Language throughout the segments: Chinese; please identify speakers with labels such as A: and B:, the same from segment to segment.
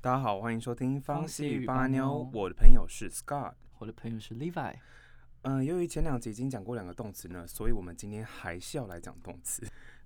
A: 大家好，欢迎收听《
B: 方
A: 方
B: 西
A: 西
B: 与
A: 与
B: 巴
A: 巴妞
B: 妞》，
A: 我的朋友是 Scott。
B: 我的朋友是 Levi，
A: 嗯、由于前两集已经讲过两个动词呢，所以我们今天还是要来讲动词。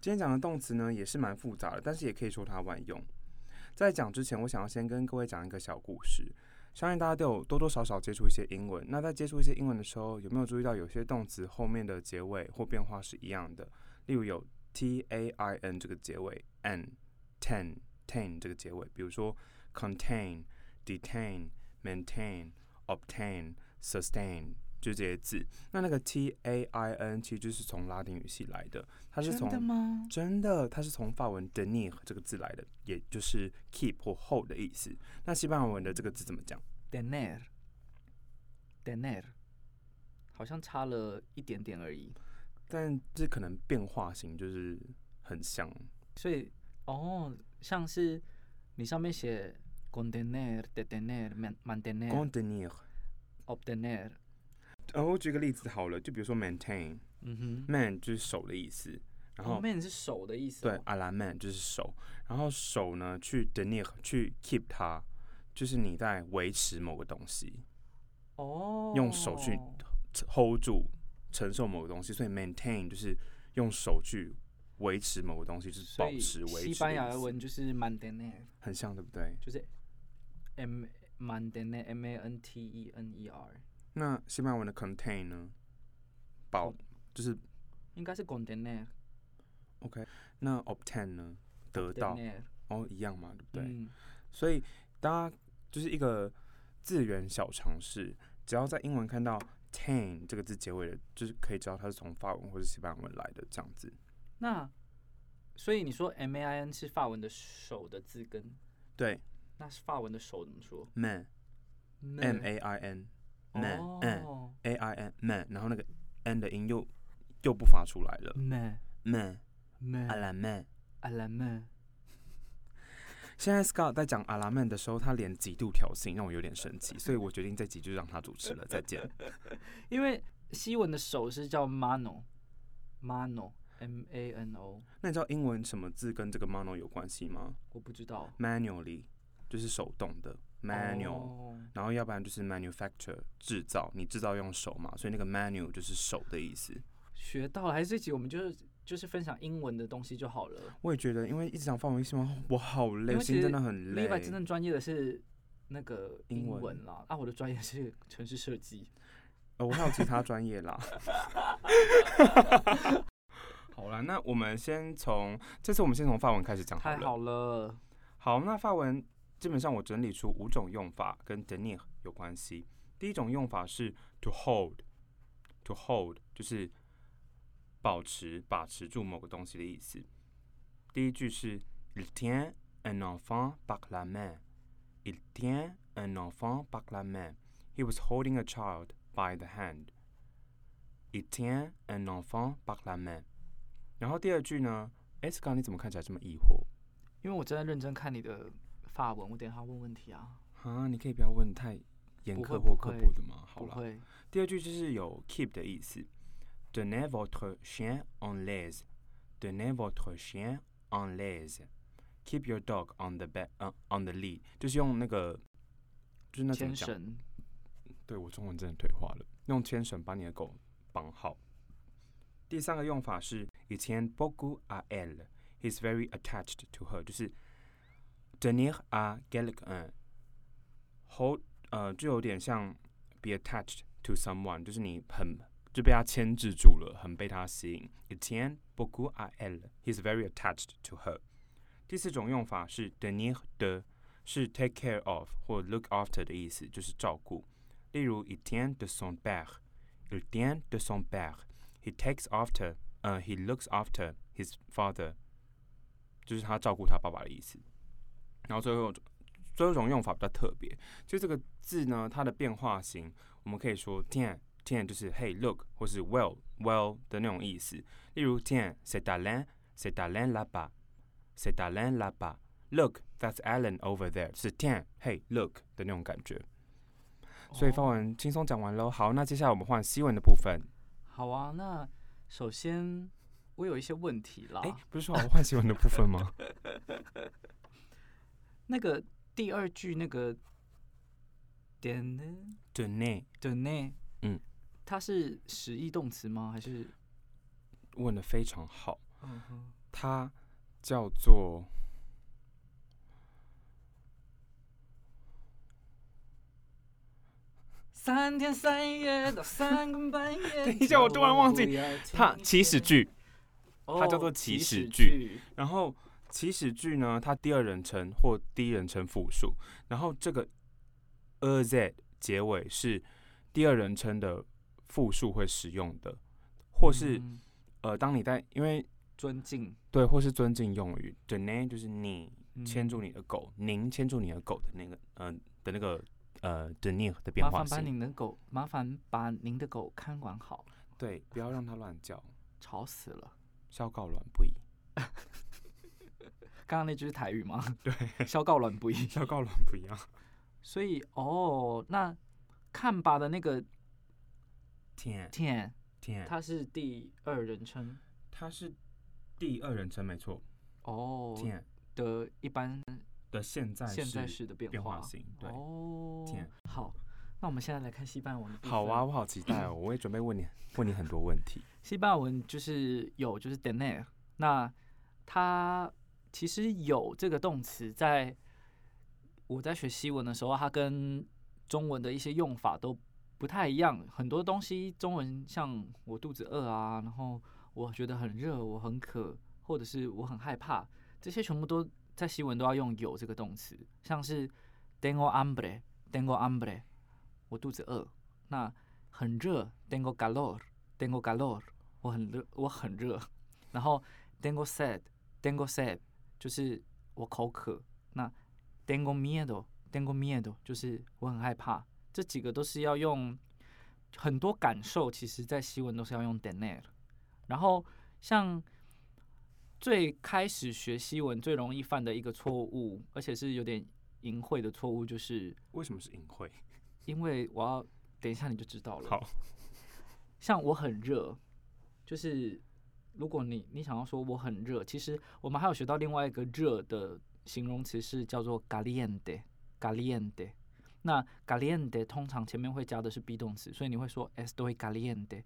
A: 今天讲的动词呢，也是蛮复杂的，但是也可以说它万用。在讲之前，我想要先跟各位讲一个小故事。相信大家都有多多少少接触一些英文，那在接触一些英文的时候，有没有注意到有些动词后面的结尾或变化是一样的？例如有 t a i n 这个结尾，n ten ten 这个结尾，比如说 contain、detain、maintain、obtain、sustain 就这些字。那那个 t a i n 其实就是从拉丁语系来的，它是从
B: 吗？
A: 真的，它是从法文 “denir” 这个字来的，也就是 keep 或 hold 的意思。那西班牙文的这个字怎么讲？
B: Dener。Dener，好像差了一点点而已。
A: 但这可能变化型就是很像，
B: 所以哦，像是你上面写 condener、detener、man- mantener、
A: 光 denir。
B: obtener，
A: 呃，我举个例子好了，就比如说 maintain，man
B: 嗯哼，
A: 就是手的意思，然
B: 后
A: 后、
B: 哦面是手的意思
A: 对
B: 哦。
A: 阿拉 man 就是手，然后手呢去 denir 去 keep 它，就是你在维持某个东西
B: 哦，
A: 用手去 hold 住，承受某个东西，所以 maintain 就是用手去维持某个东西，就是
B: 所
A: 保
B: 以
A: 持维持的意思。
B: 西班牙文就是 mantener，
A: 很像，对不对？
B: 就是 m mantener m a n t e n e r，
A: 那西班牙文的 contain 呢？
B: 嗯
A: 保就是
B: 应该是 condener。
A: OK。那 obtain 呢？得到
B: dener，
A: 哦，一样嘛，对不对？
B: 嗯
A: 所以大家就是一个字源小常识，只要在英文看到 tain 这个字结尾的，就是可以知道它是从法文或者西班牙文来的这样子。
B: 那所以你说 M A I N 是法文的手的字根，
A: 对
B: 那是法文的手怎么说
A: ，man M A I 嗯 N man n
B: 哦
A: A I N man，然后那个 n 的音又又不发出来了
B: n
A: ，man
B: n
A: 阿拉 man。
B: 阿拉曼
A: 现在 Scott 在讲阿拉曼的时候，他连极度挑衅，让我有点生气，所以我决定这集就让他主持了。再见。
B: 因为西文的手是叫 mano mano M A N O，
A: 那你知道英文什么字跟这个 mono 有关系吗
B: 我不知道
A: ？Manually 就是手动的 manual，、
B: 哦
A: 然后要不然就是 manufacture 制造，你制造用手嘛，所以那个 manual 就是手的意思。
B: 学到了，还是这集我们就是就是分享英文的东西就好了。
A: 我也觉得，因为一直讲法文系嘛，我好累，
B: 因
A: 我
B: 为其
A: 心
B: 实
A: 真的很累。
B: 另外真正专业的是那个
A: 英
B: 英
A: 文
B: 文啦，啊，我的专业是城市设计。
A: 呃，我还有其他专业啦。 好啦，那我们先从这次我们先从法文开始讲好
B: 太
A: 了。
B: 好了，
A: 好，那法文基本上我整理出五种用法跟 denir 有关系。第一种用法是 to hold，to hold 就是保持、把持住某个东西的意思。第一句是 il tient un enfant par la main，il tient un enfant par la main，he was holding a child by the hand。il tient un enfant par la main。然后第二句呢？哎，斯卡，你怎么看起来这么疑惑？
B: 因为我正在认真看你的发文，我等一下问问题啊。
A: 啊，你可以不要问太严
B: 不
A: 苛
B: 会
A: 或
B: 不
A: 刻
B: 会
A: 薄的吗？好
B: 不
A: 了，
B: 会，
A: 第二句就是有 keep 的意思。Donnez votre chien en l'aise. Donnez votre chien en l'aise. Keep your dog on the bed, 呃 on the lead，就是用那个，就是那怎么
B: 牵
A: 讲？
B: 绳
A: 对我中文真的退化了，用牵绳把你的狗绑好。第三个用法是 i tient beaucoup à elle. He's very attached to her，就是 tenir à quelqu'un。hold 呃，就有点像 be attached to someone，就是你很就被他牵制住了，很被他吸引。i tient beaucoup à elle. He's very attached to her。第四种用法是 tenir de，是 take care of 或 look after 的意思，就是照顾。例如，il tient de son père，il tient de son père，he takes after，呃、h e looks after his father，就是他照顾他爸爸的意思。然后最后一种，最后一种用法比较特别，就这个字呢，它的变化型，我们可以说 tient tient 就是 hey look 或是 well well 的那种意思。例如 tient c'est Alain c'est Alain là-bas，c'est Alain là-bas，look that's Alan over there，是 tient hey look 的那种感觉。所以
B: 哦
A: 发文轻松讲完喽。好，那接下来我们换西文的部分。
B: 好啊。那首先我有一些问题啦。
A: 哎、不是说好换西文的部分吗？
B: 那个第二句那个点呢？
A: 对内
B: 的呢？
A: 嗯，
B: 它是实义动词吗？还是？
A: 问的非常好，
B: 嗯哼，
A: 它叫做
B: 三天三夜到三更半 夜。
A: 等一下我突然忘记
B: 叫我不要听
A: 它起始句。
B: 哦，
A: 它叫做起始句
B: 句。
A: 然后起始句呢，它第二人称或第一人称复数，然后这个 a z 结尾是第二人称的复数会使用的，或是、
B: 嗯
A: 呃，当你在因为
B: 尊敬，
A: 对，或是尊敬用语，对呢就是你
B: 嗯
A: 牵住你的狗，您牵住你的狗的那个嗯、的那个呃的念的变
B: 麻
A: 化
B: 烦把
A: 性，
B: 您的狗，麻烦把您的狗看管好，
A: 对，不要让它乱叫，
B: 吵死了。
A: 孝告卵不已，
B: 刚刚那句是台语 吗？对， 消告卵不宜。
A: 孝告卵不一样，
B: 所以哦，那看吧的那个
A: 天啊
B: 天，
A: 天，
B: 它是第二人称
A: 它是第二人称没错，
B: 哦
A: 天啊
B: 的一般
A: 的现在
B: 现在
A: 是
B: 式的变
A: 变化型对
B: 哦
A: 天，
B: 好，那我们现在来看西班牙文的部分。
A: 好啊，我好期待哦！我也准备问你问你很多问题。
B: 西班牙文就是有就是 d e n e r 那它其实有这个动词在我在学西文的时候，它跟中文的一些用法都不太一样，很多东西中文像我肚子饿啊，然后我觉得很热，我很渴，或者是我很害怕，这些全部都在西文都要用有这个动词，像是 tengo hambre，tengo hambre，我肚子饿，那很热，tengo calor。tengo calor，我很热，我很热。然后 tengo sed，tengo sed 就是我口渴。那 tengo miedo，tengo miedo 就是我很害怕。这几个都是要用很多感受，其实在西文都是要用 tener。然后像最开始学西文最容易犯的一个错误，而且是有点淫秽的错误，就是
A: 为什么是隐晦？
B: 因为我要等一下你就知道了。
A: 好，
B: 像我很热，就是如果你你想要说我很热，其实我们还有学到另外一个热的形容词是叫做 caliente，caliente。那 caliente 通常前面会加的是 be 动词，所以你会说 estoy caliente。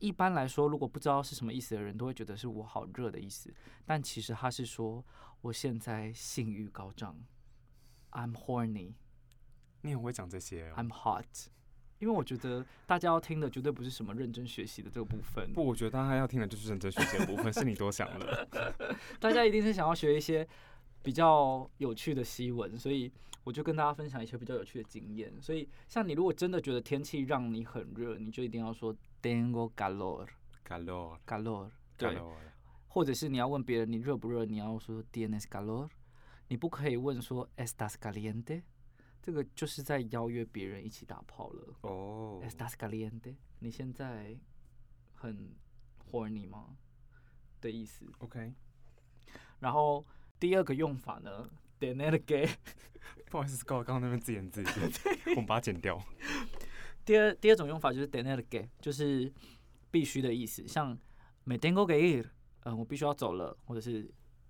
B: 一般来说，如果不知道是什么意思的人，都会觉得是我好热的意思，但其实他是说我现在性欲高涨，I'm horny。
A: 你很会讲这些、哦。
B: I'm hot，因为我觉得大家要听的绝对不是什么认真学习的这个部分，
A: 不，我觉得大家要听的就是认真学习的部分，是你多想 了。
B: 大家一定是想要学一些比较有趣的西文，所以我就跟大家分享一些比较有趣的经验。所以，像你如果真的觉得天气让你很热，你就一定要说 tengo calor，calor，
A: Calor，
B: 对，
A: calor
B: 或者是你要问别人你热不热，你要说 tienes calor，你不可以问说 estás caliente，这个就是在邀约别人一起打炮了。
A: 哦
B: Estás caliente？你现在很 horny 吗？的意思。
A: ，OK，
B: 然后第二个用法呢，tener que
A: 不好意思，Scott，刚刚那边自 言自语，我们把它剪掉。
B: 第二第二种用法就是 tener que，就是必须的意思，像 me tengo que ir，嗯，我必须要走了，或者是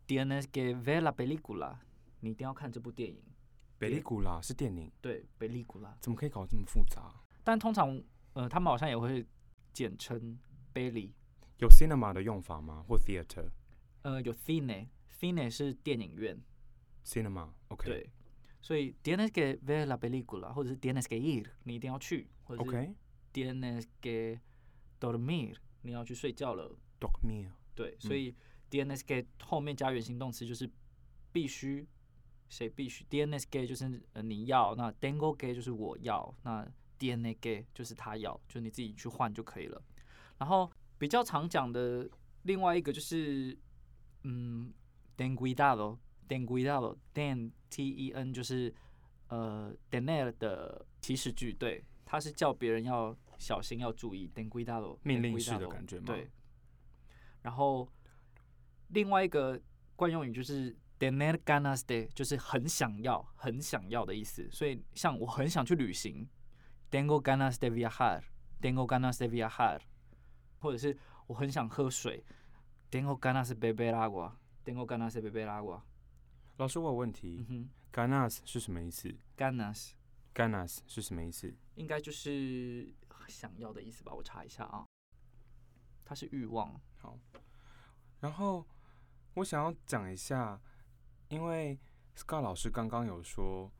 B: tienes que ver la película，你一定要看这部电影。
A: 北利古拉是电影，
B: 对，película，
A: 怎么可以搞得这么复杂？
B: 但通常呃，他们好像也会简称 belly，
A: 有 cinema 的用法吗？或 theater？cinema
B: 呃，有 cine，cine 是电影院。
A: OK
B: 对，所以 tienes que ver la película，或者是 tienes que ir，你一定要去，或者是
A: OK
B: tienes que dormir，你要去睡觉了。
A: dormir
B: 对，所以 tienes que 后面加原形动词就是必须，谁必须？tienes que 就是呃你要，那 tengo que 就是我要，那 tiene que 就是他要，就你自己去换就可以了。然后比较常讲的另外一个就是，嗯，ten cuidado，ten cuidado，ten t e n 就是呃 tener 的祈使句，对，它是叫别人要小心要注意，ten cuidado，
A: 命令式的感觉吗
B: 对。然后另外一个惯用语就是 tener ganas de，就是很想要、很想要的意思。所以像我很想去旅行，tengo ganas de viajar，tengo ganas de viajar，或者是我很想喝水，tengo ganas de beber agua，tengo ganas de beber agua。
A: 老师，我有问题
B: 嗯，哼，
A: Ganas 是什么意思
B: ganas
A: ？Ganas 是什么意思？
B: 应该就是想要的意思吧？我查一下啊，它是欲望。
A: 好，然后我想要讲一下，因为 Scott 老师刚刚有说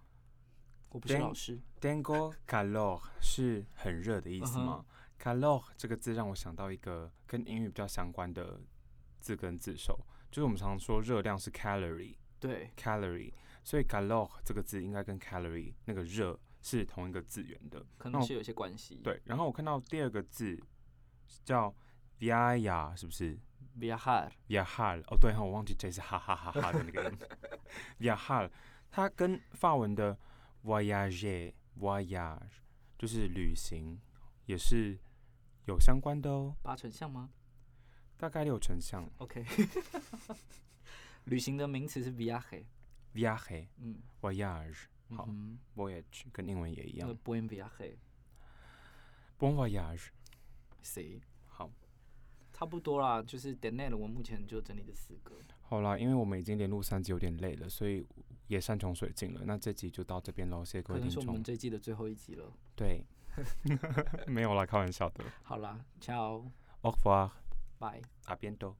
B: 我不是
A: Dan-
B: 老师，
A: “dango calor” 是很热的意思吗、c a l o r 这个字让我想到一个跟英语比较相关的字根字首，就是我们常说热量是 calorie，
B: 对
A: calorie，所以 calor 这个字应该跟 calorie 那个热是同一个字源的。
B: 可
A: 那
B: 能
A: 我
B: 是有一些关系。
A: 对，然后我看到第二个字叫 viaya，是不是
B: ，viajar
A: viahal？哦，对哈、我忘记这是哈哈哈哈的那 个音 viahal，它跟法文的 voyage voyage 就是旅行，也是有相关的哦，
B: 八成像吗
A: 大概六成像
B: ？OK，旅行的名词是 viaje，
A: viaje
B: 嗯，
A: voyage 好
B: 嗯
A: voyage 跟英文也一
B: 哼，那
A: 样
B: 个 buen viaje，
A: ，bon voyage
B: 谁？
A: 好。
B: 差不多啦，就是 d e n e 我目前就整理这四个。
A: 好啦，因为我们已经连录三集有点累了，所以也山穷水尽了。那这集就到这边喽，谢谢各
B: 可
A: 位
B: 能
A: 听
B: 是我们
A: 众。
B: 这一季的最后一集了。
A: 对， 没有啦，开玩笑的。
B: 好啦，ciao，
A: Au revoir,
B: bye。
A: a bientôt。